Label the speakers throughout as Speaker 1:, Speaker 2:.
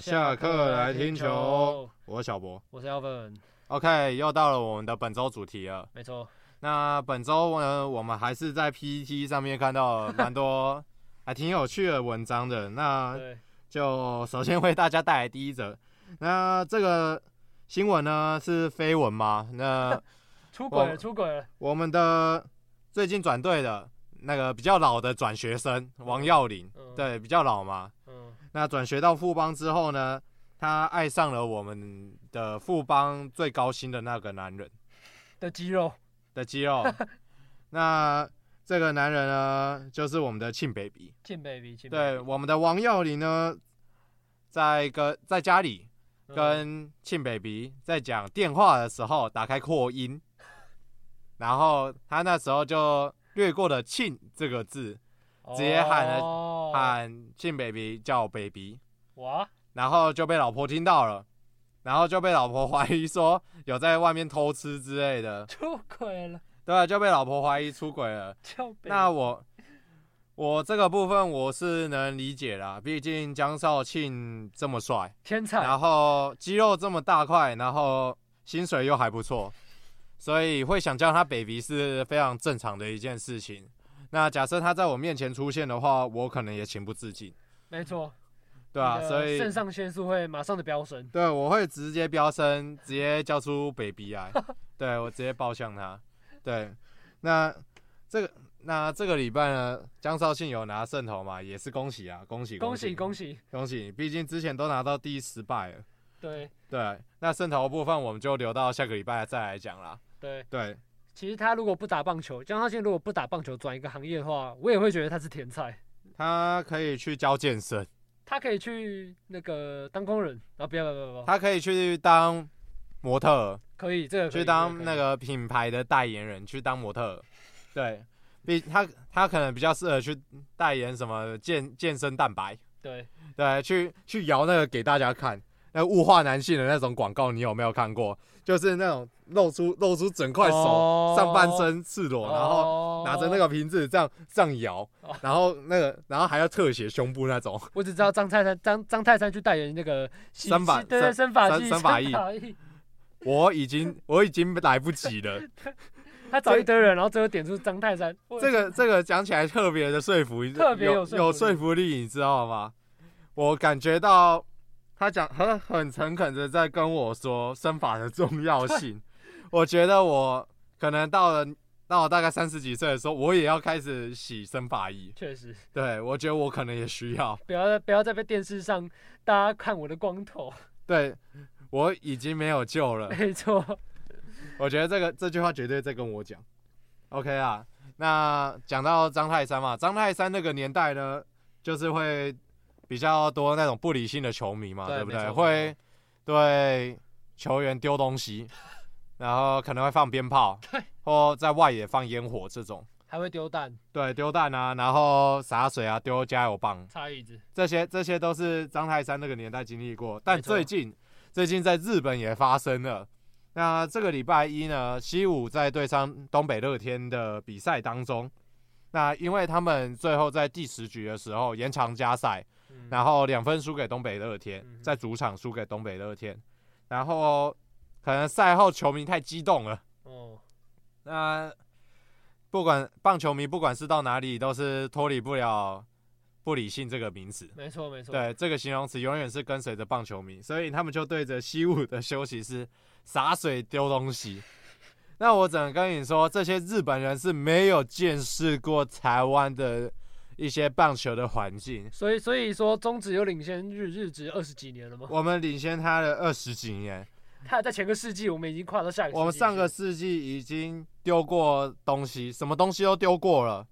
Speaker 1: 下课来听球。我是小博。
Speaker 2: 我是 Alvin，
Speaker 1: OK，又到了我们的本周主题了。
Speaker 2: 没错，
Speaker 1: 那本周呢，我们还是在 PPT 上面看到了蛮多 还挺有趣的文章的。那
Speaker 2: 对，
Speaker 1: 就首先为大家带来第一则。那这个新闻呢是绯闻吗？那
Speaker 2: 出轨
Speaker 1: 我
Speaker 2: 了，出轨了，
Speaker 1: 我们的最近转队的那个比较老的转学生王耀林，
Speaker 2: 嗯，
Speaker 1: 对，比较老嘛，
Speaker 2: 嗯，
Speaker 1: 那转学到富邦之后呢，他爱上了我们的富邦最高薪的那个男人
Speaker 2: 的肌肉，
Speaker 1: 的肌 肉。那这个男人呢，就是我们的庆 baby。
Speaker 2: 进 baby，进
Speaker 1: 对，
Speaker 2: baby，
Speaker 1: 我们的王耀林呢，在跟在家里
Speaker 2: 嗯
Speaker 1: 跟庆 baby 在讲电话的时候，打开扩音，然后他那时候就略过了“庆”这个字，直接喊了
Speaker 2: 哦
Speaker 1: 喊庆 baby 叫 baby。
Speaker 2: 哇，
Speaker 1: 然后就被老婆听到了，然后就被老婆怀疑说有在外面偷吃之类的，
Speaker 2: 出轨了，
Speaker 1: 对，啊就被老婆怀疑出轨了。
Speaker 2: 叫 baby，
Speaker 1: 那我我这个部分我是能理解啦，毕竟江少庆这么帅，
Speaker 2: 天才，
Speaker 1: 然后肌肉这么大块，然后薪水又还不错，所以会想叫他 baby 是非常正常的一件事情。那假设他在我面前出现的话，我可能也情不自禁，
Speaker 2: 没错，
Speaker 1: 对啊，
Speaker 2: 你的
Speaker 1: 所以
Speaker 2: 肾上腺素会马上的飙升，
Speaker 1: 对，我会直接飙升，直接叫出 baby 来，对我直接爆向他。对，那这个那这个礼拜呢，江少庆有拿胜投嘛，也是恭喜啊，恭喜
Speaker 2: 恭喜
Speaker 1: 恭
Speaker 2: 恭
Speaker 1: 喜
Speaker 2: 喜，
Speaker 1: 恭喜！毕竟之前都拿到第十败了。
Speaker 2: 对
Speaker 1: 对，那胜投部分我们就留到下个礼拜再来讲啦。
Speaker 2: 对，
Speaker 1: 对，
Speaker 2: 其实他如果不打棒球，江少庆如果不打棒球转一个行业的话，我也会觉得他是天才。
Speaker 1: 他可以去教健身，
Speaker 2: 他可以去那个当工人啊，不要不要不要不要，
Speaker 1: 他可以去当模特儿，
Speaker 2: 可以这个可以
Speaker 1: 去
Speaker 2: 这
Speaker 1: 当
Speaker 2: 可以
Speaker 1: 那个品牌的代言人，去当模特儿，对，比他他可能比较适合去代言什么健健身蛋白，
Speaker 2: 对
Speaker 1: 对，去去摇那个给大家看，那个物化男性的那种广告，你有没有看过？就是那种露出露出整块手、
Speaker 2: 哦
Speaker 1: 上半身赤裸，然后
Speaker 2: 后
Speaker 1: 拿着那，个瓶子这样这样摇，
Speaker 2: 哦
Speaker 1: 然后那个然后还要特写胸部那种，
Speaker 2: 我只知道张泰山张张泰山去代言那个洗
Speaker 1: 生发
Speaker 2: 洗对对，
Speaker 1: 生
Speaker 2: 生发
Speaker 1: 生
Speaker 2: 剂，
Speaker 1: 生发
Speaker 2: 剂
Speaker 1: 液，我已经我已经来不及了。
Speaker 2: 他找一堆人，然后最后点出张泰山，
Speaker 1: 这 个这个讲起来特别的说服，
Speaker 2: 特别有
Speaker 1: 有
Speaker 2: 说服力
Speaker 1: 说服力，你知道吗？我感觉到他讲很很诚恳的在跟我说身法的重要性。我觉得我可能到了到我大概三十几岁的时候，我也要开始洗身法衣。
Speaker 2: 确实
Speaker 1: 对，我觉得我可能也需要。
Speaker 2: 不要再不要再被电视上大家看我的光头，
Speaker 1: 对，我已经没有救了。
Speaker 2: 没错，
Speaker 1: 我觉得这个这句话绝对在跟我讲。OK 啊，那讲到张泰山嘛，张泰山那个年代呢，就是会比较多那种不理性的球迷嘛，
Speaker 2: 对
Speaker 1: 不
Speaker 2: 没错
Speaker 1: 对？
Speaker 2: 没错
Speaker 1: 会对球员丢东西，然后可能会放鞭 炮，或在外野放烟火这种。
Speaker 2: 还会丢蛋、
Speaker 1: 对，丢蛋啊，然后洒水啊，丢加油棒，
Speaker 2: 擦椅子，
Speaker 1: 这些这些都是张泰山那个年代经历过，但
Speaker 2: 没错
Speaker 1: 最近最近在日本也发生了。那这个礼拜一呢，西武在对上东北乐天的比赛当中，那因为他们最后在第十局的时候延长加赛，
Speaker 2: 嗯
Speaker 1: 然后两分输给东北乐天
Speaker 2: 嗯，哼
Speaker 1: 在主场输给东北乐天，然后可能赛后球迷太激动了，
Speaker 2: 哦，
Speaker 1: 那不管棒球迷不管是到哪里，都是脱离不了不理性这个名词。
Speaker 2: 没错没错，
Speaker 1: 对，这个形容词永远是跟随着棒球迷，所以他们就对着西武的休息室洒水丢东西。那我只能跟你说，这些日本人是没有见识过台湾的一些棒球的环境。
Speaker 2: 所以所以说中职有领先日日职二十几年了吗？
Speaker 1: 我们领先他了二十几年，
Speaker 2: 他在前个世纪，我们已经跨到下一个世纪去了，
Speaker 1: 我们上个世纪已经丢过东西，什么东西都丢过了。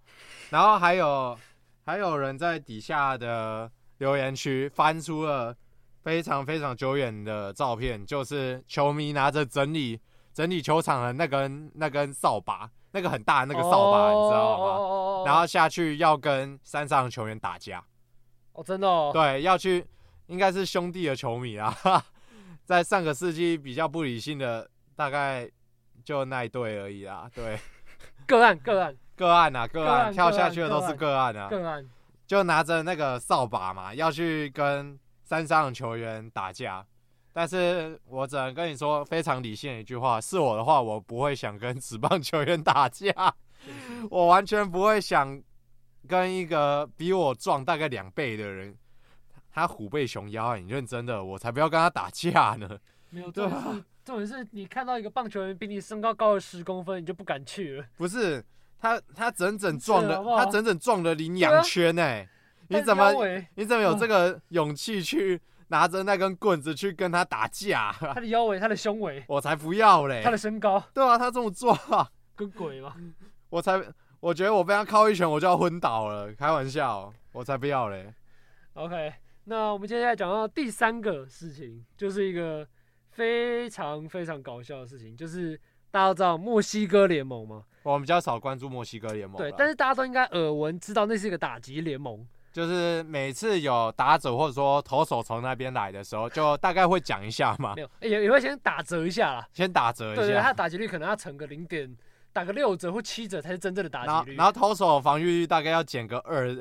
Speaker 1: 然后还有还有人在底下的留言区翻出了非常非常久远的照片，就是球迷拿着整理整理球场的那根那根扫把，那个很大的那个扫把，你知道
Speaker 2: 哦
Speaker 1: 吗？
Speaker 2: 吗
Speaker 1: 然后下去要跟山上的球员打架，
Speaker 2: 哦，真的哦，
Speaker 1: 对，要去应该是兄弟的球迷啊， 在上个世纪比较不理性的大概就那一队而已啦，对，
Speaker 2: 个案个案
Speaker 1: 个案啊个
Speaker 2: 个
Speaker 1: 案，
Speaker 2: 案
Speaker 1: 跳
Speaker 2: 个
Speaker 1: 下
Speaker 2: 案
Speaker 1: 去的
Speaker 2: 个
Speaker 1: 都是啊
Speaker 2: 案
Speaker 1: 个案啊，
Speaker 2: 个案，
Speaker 1: 就拿着那个扫把嘛，要去跟山上的球员打架。但是我只能跟你说非常理性的一句话：是我的话，我不会想跟职棒球员打 架，我完全不会想跟一个比我壮大概两倍的人，他虎背熊腰、很认真的，我才不要跟他打架呢。
Speaker 2: 没有，
Speaker 1: 对啊
Speaker 2: 重点是重点是你看到一个棒球员比你身高高了十公分，你就不敢去了。
Speaker 1: 不是他，他整整撞
Speaker 2: 是啊
Speaker 1: 了
Speaker 2: 好不，好
Speaker 1: 他整整撞了羚
Speaker 2: 对
Speaker 1: 羊
Speaker 2: 啊
Speaker 1: 圈哎、你
Speaker 2: 但
Speaker 1: 怎么
Speaker 2: 腰 围
Speaker 1: 你怎么
Speaker 2: 哦
Speaker 1: 有这个勇气去拿着那根棍子去跟他打架？
Speaker 2: 他的腰围、他的胸围、
Speaker 1: 我才不要嘞
Speaker 2: 他！的身高
Speaker 1: 对啊，他这么做、 啊，
Speaker 2: 跟鬼吗？
Speaker 1: 我才我觉得我被他敲一拳我就要昏倒了，开玩笑，我才不要嘞！
Speaker 2: OK，那我们接下来讲到第三个事情，就是一个非常非常搞笑的事情，就是大家都知道墨西哥联盟嘛，
Speaker 1: 我们比较少关注墨西哥联盟啦，
Speaker 2: 对，但是大家都应该耳闻知道那是一个打击联盟，
Speaker 1: 就是每次有打者或者说投手从那边来的时候，就大概会讲一下嘛
Speaker 2: 没，有欸也也会先打折一下啦，
Speaker 1: 先啊打折一
Speaker 2: 对
Speaker 1: 下，
Speaker 2: 对，他的打击率可能要乘个零点，打个六折或七折才是真正的打
Speaker 1: 然后
Speaker 2: 击率
Speaker 1: 然，后投手防御率大概要减个二，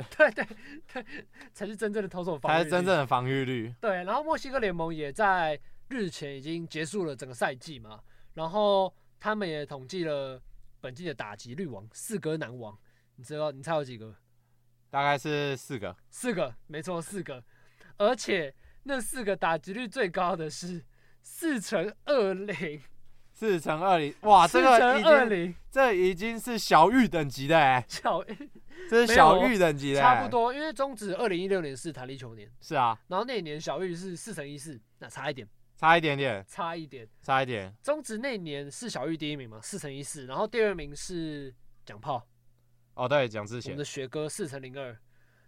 Speaker 2: 才是真正的投手防御
Speaker 1: 才
Speaker 2: 率，
Speaker 1: 是真正的防御率。
Speaker 2: 对，然后墨西哥联盟也在日前已经结束了整个赛季嘛，然后他们也统计了本季的打击率王四格男王，你知道你猜有几个？
Speaker 1: 大概是四个，
Speaker 2: 四个，没错，四个，而且那四个打击率最高的是四乘二零，
Speaker 1: 四乘二零，哇，
Speaker 2: 四
Speaker 1: 这
Speaker 2: 乘
Speaker 1: 个已
Speaker 2: 二
Speaker 1: 经
Speaker 2: 零，
Speaker 1: 这已经是小玉等级的哎、
Speaker 2: 小
Speaker 1: 这是小玉等级的、欸
Speaker 2: 差不。多，因为终止二零一六年是弹力球年，
Speaker 1: 是啊，
Speaker 2: 然后那一年小玉是四乘一四，那差一点，
Speaker 1: 差一点点，
Speaker 2: 差一点。
Speaker 1: 差一点。
Speaker 2: 中职那年是小玉第一名嘛，四乘一四，然后第二名是蒋炮，
Speaker 1: 哦，对，讲之
Speaker 2: 我们
Speaker 1: 前
Speaker 2: 的学哥四乘零二，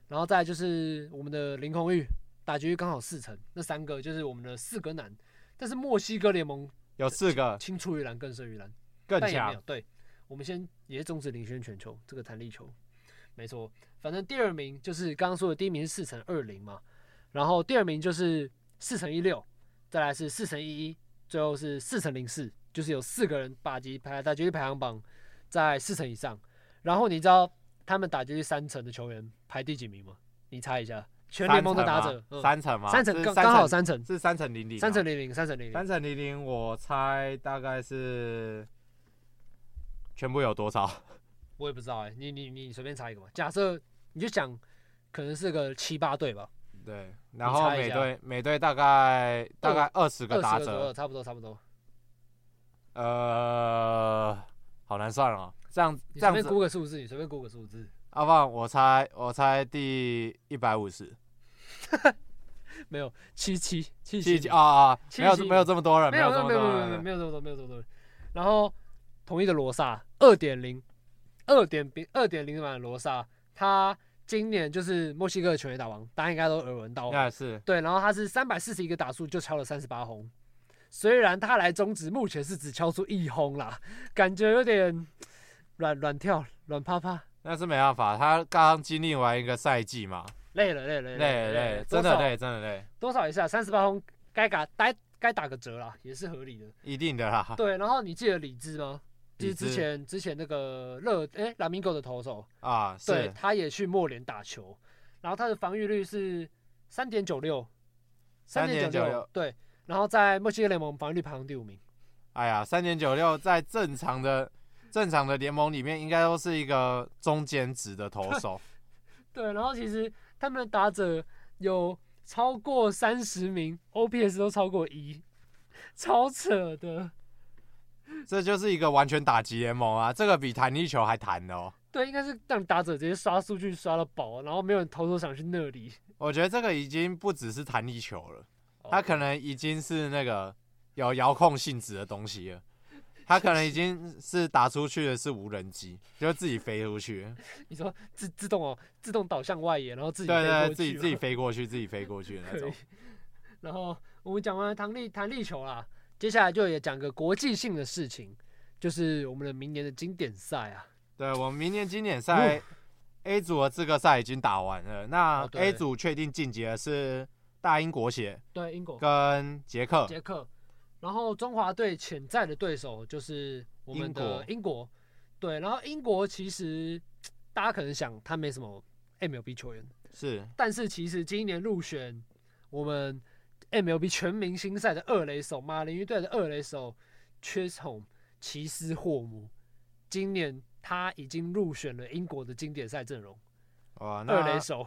Speaker 2: 然后再来就是我们的林红玉打击率刚好四成，那三个就是我们的四格男，但是墨西哥联盟
Speaker 1: 有四个
Speaker 2: 青出于蓝更胜于蓝，
Speaker 1: 更
Speaker 2: 但也没
Speaker 1: 强
Speaker 2: 有，对，我们先也是中职领先全球这个弹力球，没错，反正第二名就是刚刚说的第一名是四乘二零嘛，然后第二名就是四乘一六，再来是四乘一一，最后是四乘零四，就是有四个人打击排打击率排行榜在四成以上。然后你知道他们打击率三成的球员排第几名吗？你猜一下，全联盟的打者，嗯
Speaker 1: 三层吗？
Speaker 2: 三
Speaker 1: 是
Speaker 2: 成刚
Speaker 1: 三
Speaker 2: 刚好
Speaker 1: 层
Speaker 2: 三成，
Speaker 1: 是三层零零，
Speaker 2: 三成零零，三成零零
Speaker 1: 三，层零零，我猜大概是全部有多少？
Speaker 2: 我也不知道哎、你你你随便猜一个嘛。假设你就想，可能是个七八队吧，
Speaker 1: 对，然后
Speaker 2: 你猜一
Speaker 1: 每
Speaker 2: 下
Speaker 1: 队每队大概大概二十
Speaker 2: 二
Speaker 1: 个
Speaker 2: 十
Speaker 1: 打
Speaker 2: 个左右，
Speaker 1: 者，
Speaker 2: 差不多差不多。
Speaker 1: 呃，好难算哦。这样这
Speaker 2: 你随
Speaker 1: 样
Speaker 2: 便
Speaker 1: 子
Speaker 2: 估个数字，你随便估个数字，
Speaker 1: 阿旺，我猜我猜第一百五十
Speaker 2: 没有七七七
Speaker 1: 七
Speaker 2: 七
Speaker 1: 啊啊，
Speaker 2: 七
Speaker 1: 没有
Speaker 2: 七
Speaker 1: 没有这么多人，
Speaker 2: 没
Speaker 1: 有
Speaker 2: 没
Speaker 1: 这
Speaker 2: 有
Speaker 1: 么
Speaker 2: 没
Speaker 1: 多
Speaker 2: 有没有没有
Speaker 1: 人，
Speaker 2: 没有这么多没有这么多。然后同一的罗萨二点零，二点零二点零版的罗萨，他今年就是墨西哥的全垒打王，大家应该都耳闻到。
Speaker 1: 那是
Speaker 2: 对，然后他是三百四十一个打数就敲了三十八轰，虽然他来中职目前是只敲出一轰啦，感觉有点软软跳软趴趴，
Speaker 1: 那是没办法，他刚经历完一个赛季嘛，
Speaker 2: 累了累
Speaker 1: 累
Speaker 2: 了了
Speaker 1: 累
Speaker 2: 了
Speaker 1: 累，真的，累真的累，
Speaker 2: 多少多少一下三十八轰该打该该打个折啦，也是合理的。
Speaker 1: 一定的啦。
Speaker 2: 对，然后你记得李志吗？就
Speaker 1: 李
Speaker 2: 是之
Speaker 1: 志
Speaker 2: 前之前那个热哎拉米狗的投手，
Speaker 1: 啊，
Speaker 2: 对，
Speaker 1: 是
Speaker 2: 他也去莫联打球，然后他的防御率是三点九六，三点九六
Speaker 1: 3.96，
Speaker 2: 对，然后在墨西哥联盟防御率排行第五名，
Speaker 1: 哎呀，三点九六在正常的正常的联盟里面，应该都是一个中间值的投手，
Speaker 2: 对，然后其实他们的打者有超过三十名，OPS 都超过一，超扯的，
Speaker 1: 这就是一个完全打击联盟啊，这个比弹力球还弹的哦。
Speaker 2: 对，应该是让打者直接刷数据刷到饱，然后没有人投手想去那里，
Speaker 1: 我觉得这个已经不只是弹力球了，
Speaker 2: 哦
Speaker 1: 它可能已经是那个有遥控性质的东西了。它可能已经是打出去的是无人 机，就自己飞出去，
Speaker 2: 你说自自动哦，自动导向外野，然后自己
Speaker 1: 对
Speaker 2: 飞
Speaker 1: 对，
Speaker 2: 过
Speaker 1: 自己
Speaker 2: 去
Speaker 1: 自己
Speaker 2: 哦
Speaker 1: 飞过去，自己飞过去的那
Speaker 2: 可
Speaker 1: 种
Speaker 2: 以。然后我们讲完了弹力弹力球啦，接下来就也讲个国际性的事情，就是我们的明年的经典赛啊，
Speaker 1: 对，我们明年经典赛 A 组的资格赛已经打完了，那
Speaker 2: 嗯哦对
Speaker 1: A 组确定晋级的是大英国协
Speaker 2: 对英国、
Speaker 1: 跟捷克，
Speaker 2: 捷克，然后中华队潜在的对手就是我们的英国，对，然后英国其实大家可能想他没什么 MLB 球员，
Speaker 1: 是
Speaker 2: 但是其实今年入选我们 MLB 全明星赛的二垒手马林鱼队的二垒手 Chisholm 奇斯霍姆，今年他已经入选了英国的经典赛阵容，
Speaker 1: 哇，
Speaker 2: 二垒
Speaker 1: 那
Speaker 2: 手。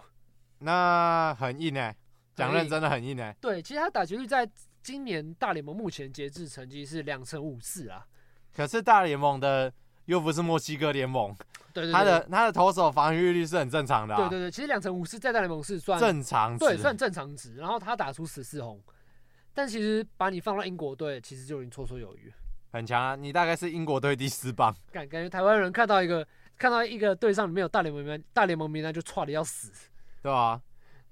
Speaker 1: 那很硬哎、讲
Speaker 2: 很硬
Speaker 1: 认真的很硬哎、
Speaker 2: 对，其实他打击率在今年大联盟目前截至成绩是两成五四啊。
Speaker 1: 可是大联盟的又不是墨西哥联盟，
Speaker 2: 对对对，
Speaker 1: 他的他的投手防御率是很正常的、啊，
Speaker 2: 对对对，其实两成五四在大联盟是算
Speaker 1: 正常值
Speaker 2: 对，算正常值。然后他打出十四红，但其实把你放到英国队，其实就已经绰绰有余。
Speaker 1: 很强啊。你大概是英国队第四棒，
Speaker 2: 感感觉台湾人看到一个看到一个队上里面有大联盟名单，大联盟名单就差的要死。
Speaker 1: 对吧、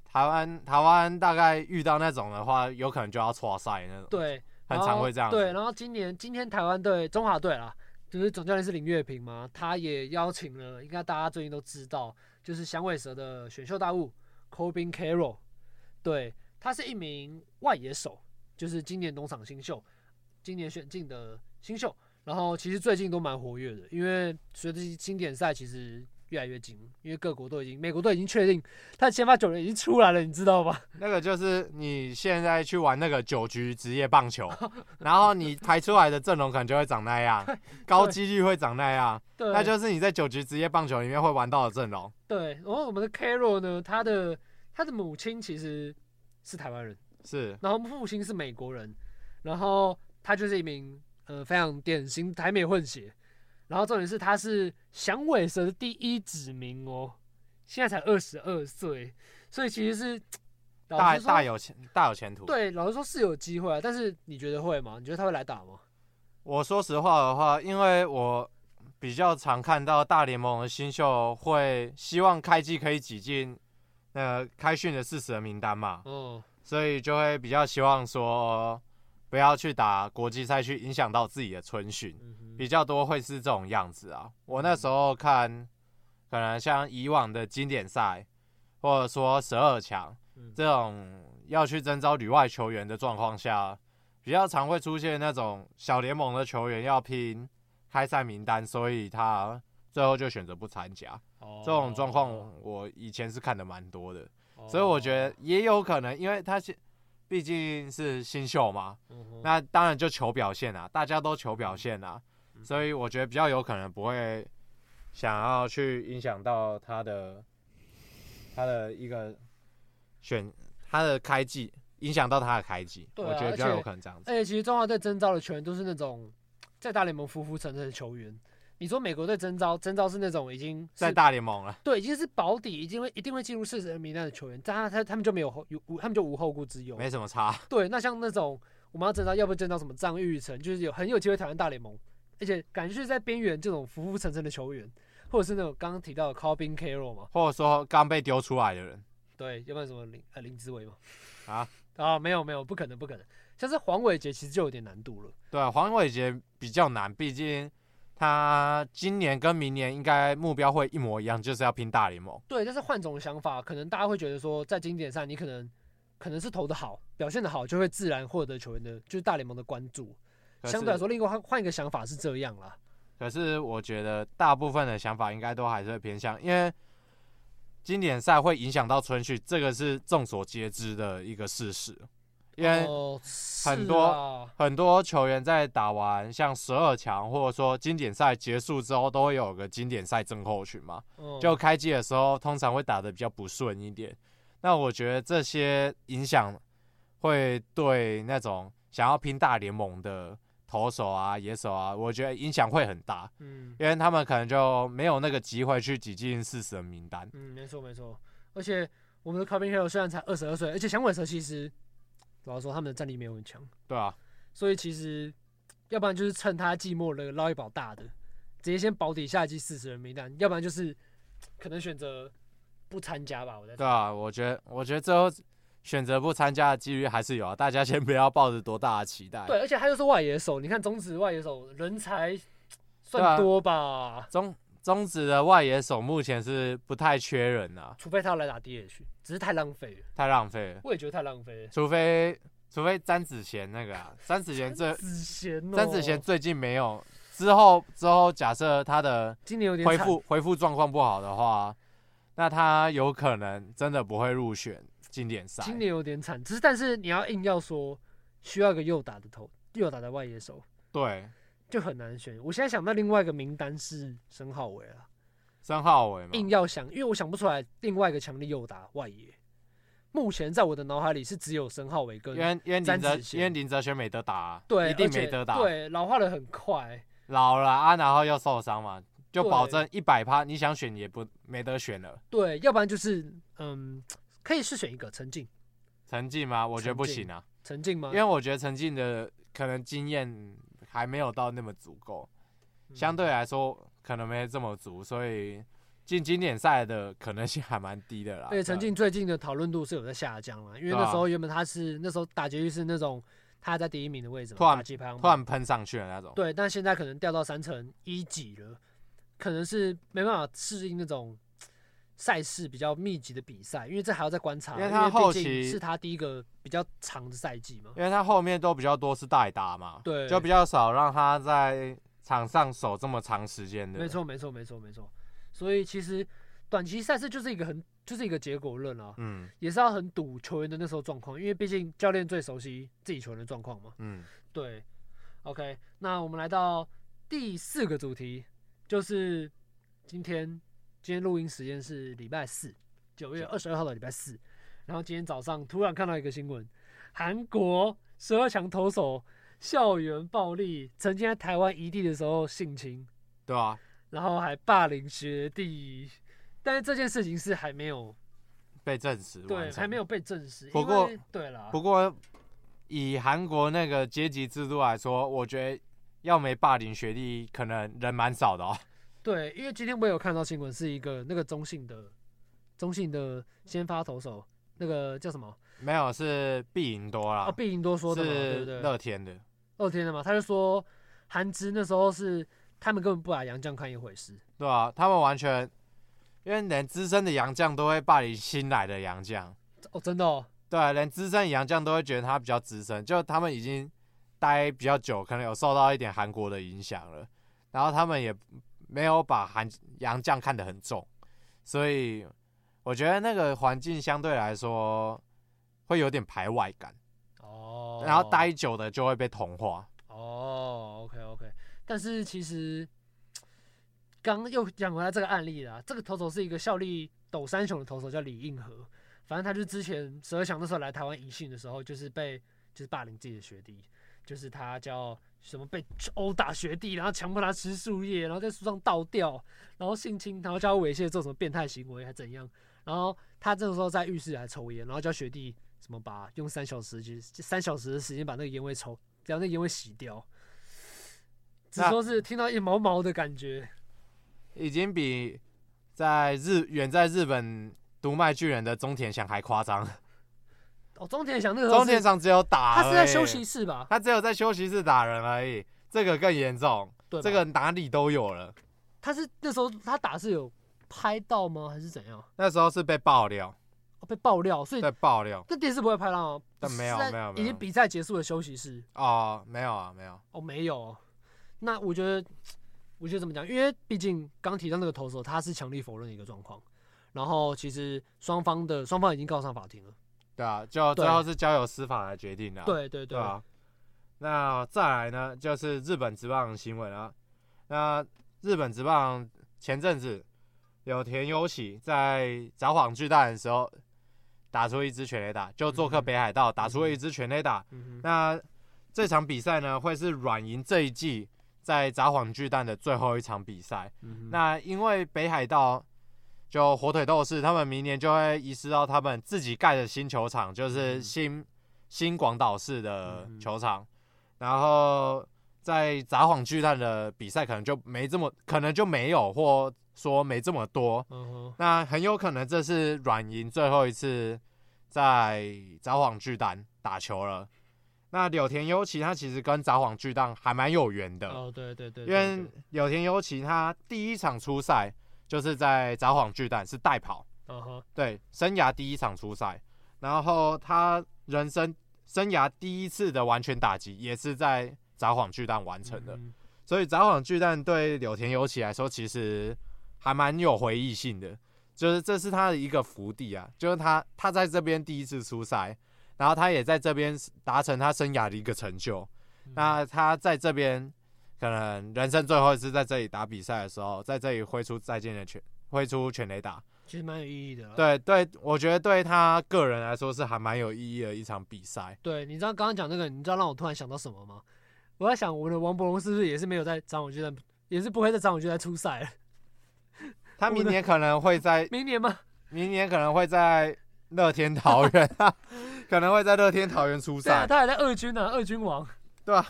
Speaker 1: 台湾台湾大概遇到那种的话，有可能就要错赛那种，，
Speaker 2: 对，
Speaker 1: 很
Speaker 2: 然
Speaker 1: 常
Speaker 2: 后
Speaker 1: 会这样子
Speaker 2: 对，然后今年今天台湾队中华队啦，就是总教练是林月平嘛，他也邀请了，应该大家最近都知道，就是响尾蛇的选秀大物 Corbin Carroll，对他是一名外野手，就是今年农场新秀，今年选进的新秀。然后其实最近都蛮活跃的，因为随着经典赛其实越来越紧，因为各国都已经美国队已经确定他的先发九人已经出来了，你知道吧？
Speaker 1: 那个就是你现在去玩那个九局职业棒 球，然后你排出来的阵容可能就会长那样，高几率会长那样，
Speaker 2: 对，
Speaker 1: 那就是你在九局职业棒球里面会玩到的阵容。
Speaker 2: 对，然后我们的 Carol 呢，他的他的母亲其实是台湾人，
Speaker 1: 是，
Speaker 2: 然后父亲是美国人，然后他就是一名呃非常典型台美混血，然后重点是他是响尾蛇的第一指名哦，现在才二十二岁，所以其实啊是老
Speaker 1: 大
Speaker 2: 实说
Speaker 1: 大有前大有前途。
Speaker 2: 对老实说是有机会啊，但是你觉得会吗？你觉得他会来打吗？
Speaker 1: 我说实话的话，因为我比较常看到大联盟的新秀会希望开季可以挤进呃开训的四十人名单嘛，
Speaker 2: 嗯，
Speaker 1: 所以就会比较希望说呃不要去打国际赛去影响到自己的春训，
Speaker 2: 嗯哼
Speaker 1: 比较多会是这种样子啊。我
Speaker 2: 嗯
Speaker 1: 那时候看，可能像以往的经典赛，或者说十二强
Speaker 2: 嗯
Speaker 1: 这种要去征召旅外球员的状况下，比较常会出现那种小联盟的球员要拼开赛名单，所以他最后就选择不参加。这种状况，我以前是看的蛮多的，
Speaker 2: 哦
Speaker 1: 所以我觉得，也有可能，因为他是毕竟是新秀嘛，
Speaker 2: 嗯哼
Speaker 1: 那当然就求表现啊，大家都求表现啊，
Speaker 2: 嗯
Speaker 1: 所以我觉得比较有可能不会想要去影响到他的他的一个选他的开季，影响到他的开季，
Speaker 2: 对啊
Speaker 1: 我觉得比较有可能这样子。
Speaker 2: 而哎且其实中华队征召的球员都是那种在大联盟浮浮沉沉的球员。你说美国队征召，征召是那种已经是
Speaker 1: 在大联盟啊了，
Speaker 2: 对，已经是保底，一定会一定会进入四十人名单的球员，但他他他们就没有后有无，他们就无后顾之忧。
Speaker 1: 没什么差，
Speaker 2: 对，那像那种我们要征召，要不征召什么张玉成，就是有很有机会挑战大联盟，而且感觉是在边缘这种浮浮沉沉的球员，或者是那种刚刚提到的 Corbin Carroll 嘛，
Speaker 1: 或者说刚被丢出来的人，
Speaker 2: 对，要不然什么林呃林志伟嘛，
Speaker 1: 啊
Speaker 2: 啊没有没有不可能不可能，像是黄伟杰其实就有点难度了，
Speaker 1: 对啊，黄伟杰比较难，毕竟他今年跟明年应该目标会一模一样，就是要拼大联盟。
Speaker 2: 对，但是换种想法，可能大家会觉得说，在经典赛你可能可能是投的好，表现的好，就会自然获得球员的，就是大联盟的关注。
Speaker 1: 可是
Speaker 2: 相对来，说，另外换换一个想法是这样啦，
Speaker 1: 可是我觉得大部分的想法应该都还是会偏向，因为经典赛会影响到春训，这个是众所皆知的一个事实。因为
Speaker 2: 哦，
Speaker 1: 很
Speaker 2: 是
Speaker 1: 多
Speaker 2: 啊
Speaker 1: 很多球员在打完像十二强或者说经典赛结束之后，都会有个经典赛症候群嘛。
Speaker 2: 嗯
Speaker 1: 就开机的时候，通常会打得比较不顺一点。那我觉得这些影响会对那种想要拼大联盟的投手啊、野手啊，我觉得影响会很大，
Speaker 2: 嗯
Speaker 1: 因为他们可能就没有那个机会去挤进四十人名单。
Speaker 2: 嗯，没错没错。而且我们的 Corbin Hill 虽然才二十二岁，而且响尾蛇其实老实说他们的战力没有很强，
Speaker 1: 对啊，
Speaker 2: 所以其实要不然就是趁他寂寞了捞一把大的，直接先保底下季四十人名单，要不然就是可能选择不参加吧。我在
Speaker 1: 对啊，我觉得，我觉得最后选择不参加的几率还是有啊。大家先不要抱着多大的期待。
Speaker 2: 对，而且他又是外野手，你看中职外野手人才
Speaker 1: 对
Speaker 2: 算
Speaker 1: 啊
Speaker 2: 多吧，
Speaker 1: 中中职的外野手目前是不太缺人啊，
Speaker 2: 除非他要来打 DH，只是太浪费了，
Speaker 1: 太浪费了。
Speaker 2: 我也觉得太浪费了。
Speaker 1: 除非除非詹子贤那个、啊，詹子贤最
Speaker 2: 子贤哦，
Speaker 1: 詹子贤最近没有，之后之后假设他的
Speaker 2: 今年有点
Speaker 1: 恢
Speaker 2: 惨
Speaker 1: 复恢复状况不好的话，那他有可能真的不会入选。经典赛。
Speaker 2: 今年有点惨，只是但是你要硬要说需要一个右打的头，右打的外野手
Speaker 1: 对，
Speaker 2: 就很难选。我现在想到另外一个名单是申浩伟了，
Speaker 1: 申浩伟嘛，
Speaker 2: 硬要想，因为我想不出来另外一个强力右打外野。目前在我的脑海里是只有申浩伟跟
Speaker 1: 因为因为林
Speaker 2: 詹
Speaker 1: 哲
Speaker 2: 子贤
Speaker 1: 因为林哲轩没得打啊，
Speaker 2: 对，
Speaker 1: 一定
Speaker 2: 而且
Speaker 1: 没得打，
Speaker 2: 对，老化的很快、
Speaker 1: 老了啊，然后又受伤嘛，就
Speaker 2: 对
Speaker 1: 保证一百趴，你想选也不没得选了。
Speaker 2: 对，要不然就是嗯，可以是选一个陈静，
Speaker 1: 陈静吗？我觉得不
Speaker 2: 陈静
Speaker 1: 行啊，
Speaker 2: 陈静吗？
Speaker 1: 因为我觉得陈静的可能经验还没有到那么足够，
Speaker 2: 嗯
Speaker 1: 相对来说可能没这么足，所以进经典赛的可能性还蛮低的啦。
Speaker 2: 而且陈静最近的讨论度是有在下降了，因为
Speaker 1: 啊对啊
Speaker 2: 那时候原本他是那时候打劫狱是那种他在第一名的位置嘛，
Speaker 1: 突然
Speaker 2: 打击排行
Speaker 1: 突
Speaker 2: 榜
Speaker 1: 然喷上去的那种。
Speaker 2: 对，但现在可能掉到三成一几了，可能是没办法适应那种赛事比较密集的比赛，因为这还要再观察，
Speaker 1: 因为
Speaker 2: 因
Speaker 1: 他
Speaker 2: 为毕
Speaker 1: 后
Speaker 2: 竟
Speaker 1: 期
Speaker 2: 是他第一个比较长的赛季嘛，
Speaker 1: 因为他后面都比较多是代打嘛，
Speaker 2: 对
Speaker 1: 就比较少让他在场上守这么长时间的。
Speaker 2: 没，错，没错，没错，没错，所以其实短期赛事就是一个很就是一个结果论啊，
Speaker 1: 嗯
Speaker 2: 也是要很赌球员的那时候状况，因为毕竟教练最熟悉自己球员的状况嘛。
Speaker 1: 嗯，
Speaker 2: 对，OK，那我们来到第四个主题，就是今天今天录音时间是礼拜四，九月二十二号的礼拜四。然后今天早上突然看到一个新闻，韩国十二强投手校园暴力，曾经在台湾一地的时候性侵，
Speaker 1: 对啊，
Speaker 2: 然后还霸凌学弟，但是这件事情是还没有
Speaker 1: 被证实完
Speaker 2: 对
Speaker 1: 成
Speaker 2: 还没有被证实，
Speaker 1: 不
Speaker 2: 因
Speaker 1: 过
Speaker 2: 为对啦，
Speaker 1: 不过，以韩国那个阶级制度来说，我觉得要没霸凌学历，可能人蛮少的哦。
Speaker 2: 对，因为今天我有看到新闻，是一个那个中信的中信的先发投手，那个叫什么？
Speaker 1: 没有，是必赢多啦，
Speaker 2: 哦，毕莹多说的嘛，对
Speaker 1: 啊是
Speaker 2: 不对？
Speaker 1: 乐天的，
Speaker 2: 哦，天的嘛，他就说韩职那时候是他们根本不把杨绛看一回事，
Speaker 1: 对啊，他们完全因为连资深的洋将都会霸凌新来的洋将，
Speaker 2: 哦，真的哦，
Speaker 1: 对啊，连资深洋将都会觉得他比较资深，就他们已经待比较久，可能有受到一点韩国的影响了，然后他们也没有把韩洋将看得很重，所以我觉得那个环境相对来说会有点排外感，
Speaker 2: 哦，
Speaker 1: 然后待久的就会被同化。
Speaker 2: 哦，OK OK，但是其实刚又讲回来这个案例啦，这个投手是一个效力斗山雄的投手叫李应和，反正他就之前十二强的时候来台湾一训的时候，就是被就是霸凌自己的学弟，就是他叫什么被殴打学弟，然后强迫他吃树叶，然后在树上倒吊，然后性侵，然后叫他猥亵做什么变态行为还怎样，然后他这个时候在浴室还抽烟，然后叫学弟什么把用三小时就三小时的时间把那个烟味抽，只要那个烟味洗掉。只
Speaker 1: 那
Speaker 2: 说是听到一毛毛的感觉，
Speaker 1: 已经比在日远在日本独卖巨人的中田翔还夸张。
Speaker 2: 哦，中田翔那个时候
Speaker 1: 中
Speaker 2: 是
Speaker 1: 田翔只有打，欸
Speaker 2: 他是在休息，室吧？
Speaker 1: 他只有在休息室打人而已。这个更严重，
Speaker 2: 对吧，
Speaker 1: 这个哪里都有了。
Speaker 2: 他是那时候他打是有拍到吗？还是怎样？
Speaker 1: 那时候是被爆料，
Speaker 2: 哦、被爆料，所以
Speaker 1: 被爆料
Speaker 2: 那电视不会拍到吗？
Speaker 1: 但没有
Speaker 2: 是在
Speaker 1: 没有没
Speaker 2: 已
Speaker 1: 有
Speaker 2: 经比赛结束的休息室
Speaker 1: 哦，没有啊，没有，
Speaker 2: 哦，没有哦。那我觉得，我觉得怎么讲？因为毕竟刚提到那个投手，他是强力否认的一个状况。然后其实双方的双方已经告上法庭了。
Speaker 1: 对啊，就
Speaker 2: 对
Speaker 1: 最后是交由司法来决定的啊、
Speaker 2: 对对
Speaker 1: 对啊。那再来呢，就是日本职棒的新闻啊。那日本职棒前阵子有田优喜在札幌巨蛋的时候打出一支全垒打，就做客
Speaker 2: 嗯哼
Speaker 1: 北海道打出了
Speaker 2: 嗯哼
Speaker 1: 一支全垒打。
Speaker 2: 嗯哼，
Speaker 1: 那这场比赛呢，会是软银这一季在札幌巨蛋的最后一场比赛。
Speaker 2: 嗯哼
Speaker 1: 那因为北海道就火腿斗士，他们明年就会移师到他们自己盖的新球场，就是
Speaker 2: 嗯
Speaker 1: 新、新广岛市的
Speaker 2: 嗯哼
Speaker 1: 球场。然后在札幌巨蛋的比赛可能就没这么，可能就没有，或说没这么多。
Speaker 2: 嗯哼，
Speaker 1: 那很有可能这是软银最后一次在札幌巨蛋打球了。那柳田优其他其实跟札幌巨蛋还蛮有缘的，
Speaker 2: 哦对对对，
Speaker 1: 因
Speaker 2: 对
Speaker 1: 为
Speaker 2: 对
Speaker 1: 柳田优其他第一场出赛就是在札幌巨蛋是代跑，
Speaker 2: 嗯哼
Speaker 1: 对，生涯第一场出赛，然后他人生生涯第一次的完全打击也是在札幌巨蛋完成的，
Speaker 2: 嗯哼
Speaker 1: 所以札幌巨蛋对柳田优起来说，其实还蛮有回忆性的。就是这是他的一个福地啊，就是他他在这边第一次出赛，然后他也在这边达成他生涯的一个成就。那他在这边可能人生最后一次在这里打比赛的时候，在这里挥出再见的拳，挥出全垒打。
Speaker 2: 其实蛮有意义的啦。
Speaker 1: 对对，我觉得对他个人来说是还蛮有意义的一场比赛。
Speaker 2: 对，你知道刚刚讲那个，你知道让我突然想到什么吗？我在想，我的王伯荣是不是也是没有在长我就在，也是不会在长我就在出赛了？
Speaker 1: 他明年可能会在
Speaker 2: 明年吗？
Speaker 1: 明年可能会在乐天桃园 啊，可能会在乐天桃园出
Speaker 2: 对啊，
Speaker 1: 赛，
Speaker 2: 他还在二军呢、二军王。
Speaker 1: 对吧、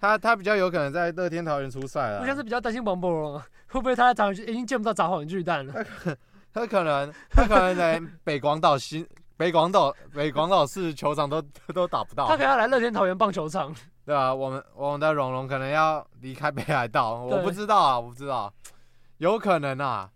Speaker 1: 他他比较有可能在乐天桃园出赛
Speaker 2: 我现在
Speaker 1: 了
Speaker 2: 是。比较担心王伯荣啊，会不会他在长已经见不到长网巨蛋
Speaker 1: 哎
Speaker 2: 了？
Speaker 1: 他可能他可能连北广岛新 北广岛北广岛市球场都都打不到
Speaker 2: 他，可能要来乐天桃园棒球场。
Speaker 1: 对吧、我们我们的荣荣可能要离开北海道，
Speaker 2: 对
Speaker 1: 我不知道啊，我不知道，有可能啊，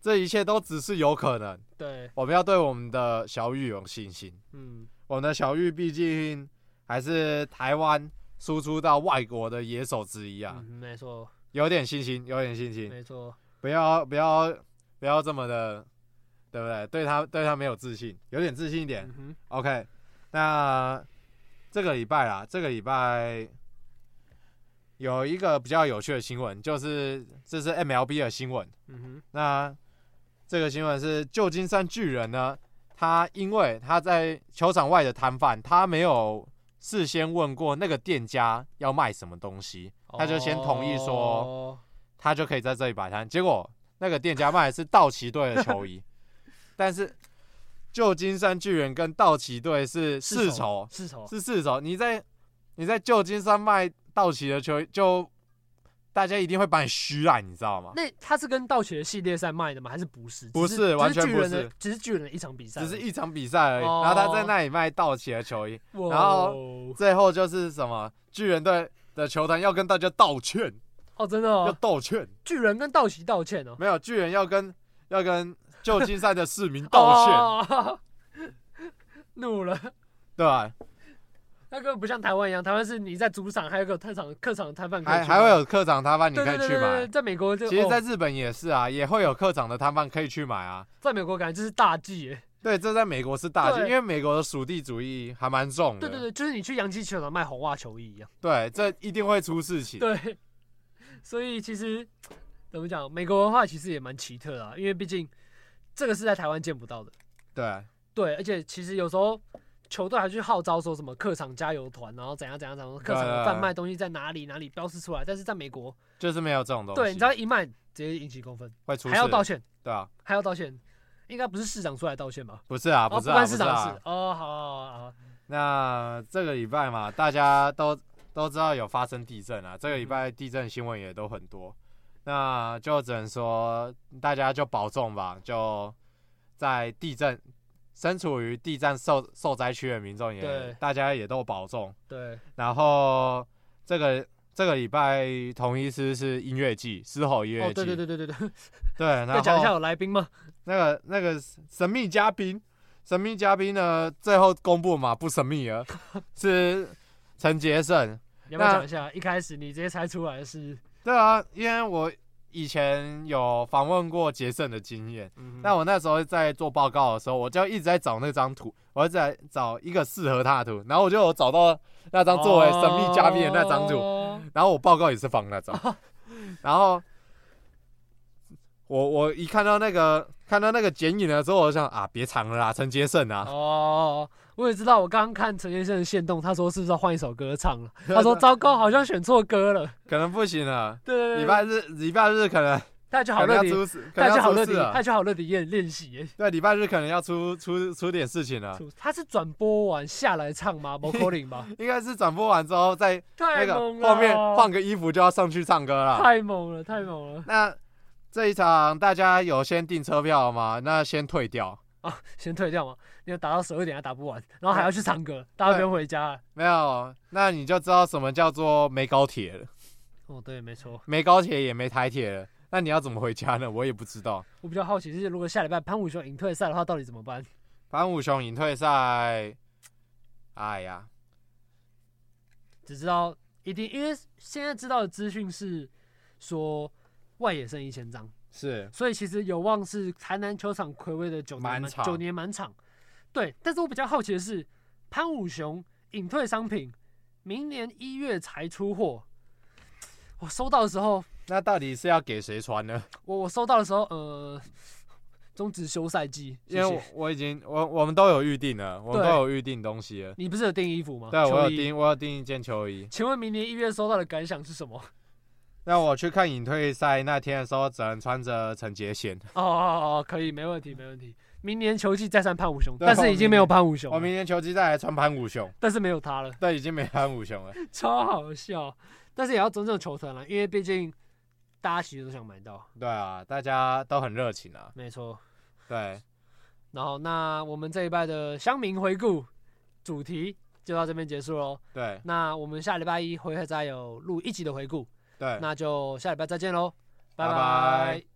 Speaker 1: 这一切都只是有可能。
Speaker 2: 对，
Speaker 1: 我们要对我们的小玉有信心。
Speaker 2: 嗯，
Speaker 1: 我们的小玉毕竟还是台湾输出到外国的野手之一啊
Speaker 2: 嗯，没错，
Speaker 1: 有点信心，有点信心，
Speaker 2: 没错，
Speaker 1: 不要不要不要这么的，对不对？对他对他没有自信，有点自信一点。
Speaker 2: 嗯哼，
Speaker 1: OK，那这个礼拜啦，这个礼拜有一个比较有趣的新闻，就是这是 MLB 的新闻。
Speaker 2: 嗯哼，
Speaker 1: 那这个新闻是旧金山巨人呢，他因为他在球场外的摊贩，他没有事先问过那个店家要卖什么东西，他就先同意说
Speaker 2: 哦，
Speaker 1: 他就可以在这里摆摊。结果那个店家卖的是道奇队的球衣，但是旧金山巨人跟道奇队是世仇，
Speaker 2: 世仇，
Speaker 1: 是世仇。你在你在旧金山卖道奇的球衣，就大家一定会把你虚烂，你知道吗？
Speaker 2: 那他是跟盗窃的系列赛卖的吗？还是不是？
Speaker 1: 不
Speaker 2: 只
Speaker 1: 是完全不
Speaker 2: 只是巨人的
Speaker 1: 是，
Speaker 2: 只是巨人的一场比赛而
Speaker 1: 只
Speaker 2: 已，
Speaker 1: 是一场比赛而已。
Speaker 2: 哦
Speaker 1: 然后他在那里卖道奇的球衣，
Speaker 2: 哇哦，
Speaker 1: 然后最后就是什么巨人队的球团要跟大家道歉，
Speaker 2: 哦，真的
Speaker 1: 要
Speaker 2: 哦，
Speaker 1: 道歉，
Speaker 2: 巨人跟道奇道歉哦，
Speaker 1: 没有巨人要跟要跟旧金山的市民道歉，
Speaker 2: 哦 怒了。
Speaker 1: 对吧？
Speaker 2: 那根本不像台湾一样，台湾是你在主场还有个客场客场摊贩可以
Speaker 1: 还
Speaker 2: 去
Speaker 1: 还会
Speaker 2: 买
Speaker 1: 有客场摊贩你
Speaker 2: 对
Speaker 1: 可
Speaker 2: 对
Speaker 1: 以
Speaker 2: 对
Speaker 1: 去
Speaker 2: 对对，
Speaker 1: 买。
Speaker 2: 在美国就
Speaker 1: 其实，在
Speaker 2: 哦
Speaker 1: 日本也是啊，也会有客场的摊贩可以去买啊。
Speaker 2: 在美国感觉这是大忌耶。
Speaker 1: 对，这在美国是大忌，
Speaker 2: 对
Speaker 1: 因为美国的属地主义还蛮重的。
Speaker 2: 对对对，就是你去洋基球场卖红袜球衣一样。
Speaker 1: 对，这一定会出事情。
Speaker 2: 对，所以其实怎么讲，美国文化其实也蛮奇特的、啊，因为毕竟这个是在台湾见不到的。
Speaker 1: 对
Speaker 2: 对，而且其实有时候球队还去号召说什么客场加油团，然后怎样怎样怎样，客场的贩卖东西在哪里哪里标示出来，但是在美国，
Speaker 1: 就是没有这种东西。
Speaker 2: 对，你知道一卖直接引起公愤，
Speaker 1: 会出事，
Speaker 2: 还要道歉，
Speaker 1: 对啊，
Speaker 2: 还要道歉，应该不是市长出来道歉吧？
Speaker 1: 不是啊，
Speaker 2: 哦，
Speaker 1: 是
Speaker 2: 不
Speaker 1: 啊，
Speaker 2: 关
Speaker 1: 不
Speaker 2: 市
Speaker 1: 是
Speaker 2: 长
Speaker 1: 啊
Speaker 2: 事，哦，好好好好，
Speaker 1: 那这个礼拜嘛，大家都都知道有发生地震啊，这个礼拜地震新闻也都很多，那就只能说大家就保重吧，就在地震身处于地震受受灾区的民众也
Speaker 2: 对
Speaker 1: 大家也都保重，
Speaker 2: 对，
Speaker 1: 然后这个。这个礼拜同一师是音乐季，狮吼音乐季、
Speaker 2: 哦，对对对对对对，
Speaker 1: 对
Speaker 2: 要
Speaker 1: 然
Speaker 2: 讲一下
Speaker 1: 后
Speaker 2: 有来宾吗？
Speaker 1: 那个那个神秘嘉宾，神秘嘉宾呢最后公布嘛不神秘了，是陈杰胜，
Speaker 2: 你要不要
Speaker 1: 那
Speaker 2: 讲一下？一开始你直接猜出来的是，
Speaker 1: 对啊，因为我以前有访问过杰森的经验，
Speaker 2: 嗯
Speaker 1: 那我那时候在做报告的时候，我就一直在找那张图，我一直在找一个适合他的图，然后我就有找到那张作为神秘嘉宾的那张图，
Speaker 2: 图，
Speaker 1: 然后我报告也是放那张，然后我我一看到那个看到那个剪影的时候，我就想啊，别藏了啦，陈杰胜啊，
Speaker 2: 哦，我也知道，我刚刚看陈先生的线动，他说是不是要换一首歌唱了？ 他说糟糕，好像选错歌了。
Speaker 1: 可能不行了，
Speaker 2: 对对对，
Speaker 1: 礼拜日礼拜日可能
Speaker 2: 他去 好
Speaker 1: 可能要
Speaker 2: 乐迪，
Speaker 1: 出 事，可
Speaker 2: 他
Speaker 1: 能
Speaker 2: 去好
Speaker 1: 要
Speaker 2: 乐
Speaker 1: 出
Speaker 2: 迪，
Speaker 1: 事了
Speaker 2: 他，去好乐迪练练习耶。
Speaker 1: 对，礼拜日可能要出出出点事情啊了。
Speaker 2: 出他是转播完下来唱 吗？不 c a l 吧？
Speaker 1: 应该是转播完之后，再那
Speaker 2: 太
Speaker 1: 个
Speaker 2: 猛了！
Speaker 1: 后面换个衣服就要上去唱歌 了。
Speaker 2: 太猛了，太猛了
Speaker 1: 那这一场大家有先订车票吗？那先退掉。
Speaker 2: 啊！先退掉嘛，你要打到十二点还打不完，然后还要去唱歌，大家不用回家了。
Speaker 1: 没有，那你就知道什么叫做没高铁了，
Speaker 2: 哦，对，没错。
Speaker 1: 没高铁也没台铁了。那你要怎么回家呢？我也不知道。
Speaker 2: 我比较好奇是，如果下礼拜潘武雄赢退赛的话，到底怎么办？
Speaker 1: 反武雄引退赛，哎呀，
Speaker 2: 只知道一定，因为现在知道的资讯是说外野剩一千张，
Speaker 1: 是
Speaker 2: 所以其实有望是台南球场暌违的九年
Speaker 1: 满
Speaker 2: 满
Speaker 1: 场
Speaker 2: 九年满场。对，但是我比较好奇的是，潘武雄隐退商品明年一月才出货，我收到的时候，
Speaker 1: 那到底是要给谁穿呢？
Speaker 2: 我我收到的时候，呃，终止休赛季，谢
Speaker 1: 因为
Speaker 2: 谢
Speaker 1: 我我已经我我们都有预定了，我们
Speaker 2: 对
Speaker 1: 都有预定东西了。
Speaker 2: 你不是有订衣服吗？
Speaker 1: 对，啊我
Speaker 2: 球
Speaker 1: 有
Speaker 2: 衣。
Speaker 1: 订我有订一件球衣。
Speaker 2: 请问明年一月收到的感想是什么？
Speaker 1: 那我去看隐退赛那天的时候，只能穿着陈杰贤。
Speaker 2: 哦哦哦，可以，没问题，没问题。明年球季再上潘武雄，
Speaker 1: 对
Speaker 2: 但是已经没有潘武雄
Speaker 1: 我
Speaker 2: 了，
Speaker 1: 哦明年球季再来穿潘武雄，
Speaker 2: 但是没有他了。
Speaker 1: 对，已经没潘武雄了。
Speaker 2: 超好笑，但是也要尊重球团了，因为毕竟大家其实都想买到，
Speaker 1: 对啊，大家都很热情啊。
Speaker 2: 没错。
Speaker 1: 对，
Speaker 2: 然后，那我们这一拜的乡民回顾主题就到这边结束喽。
Speaker 1: 对，
Speaker 2: 那我们下礼拜一会再有录一集的回顾，
Speaker 1: 对。
Speaker 2: 那就下礼拜再见喽，拜
Speaker 1: 拜
Speaker 2: 拜
Speaker 1: 拜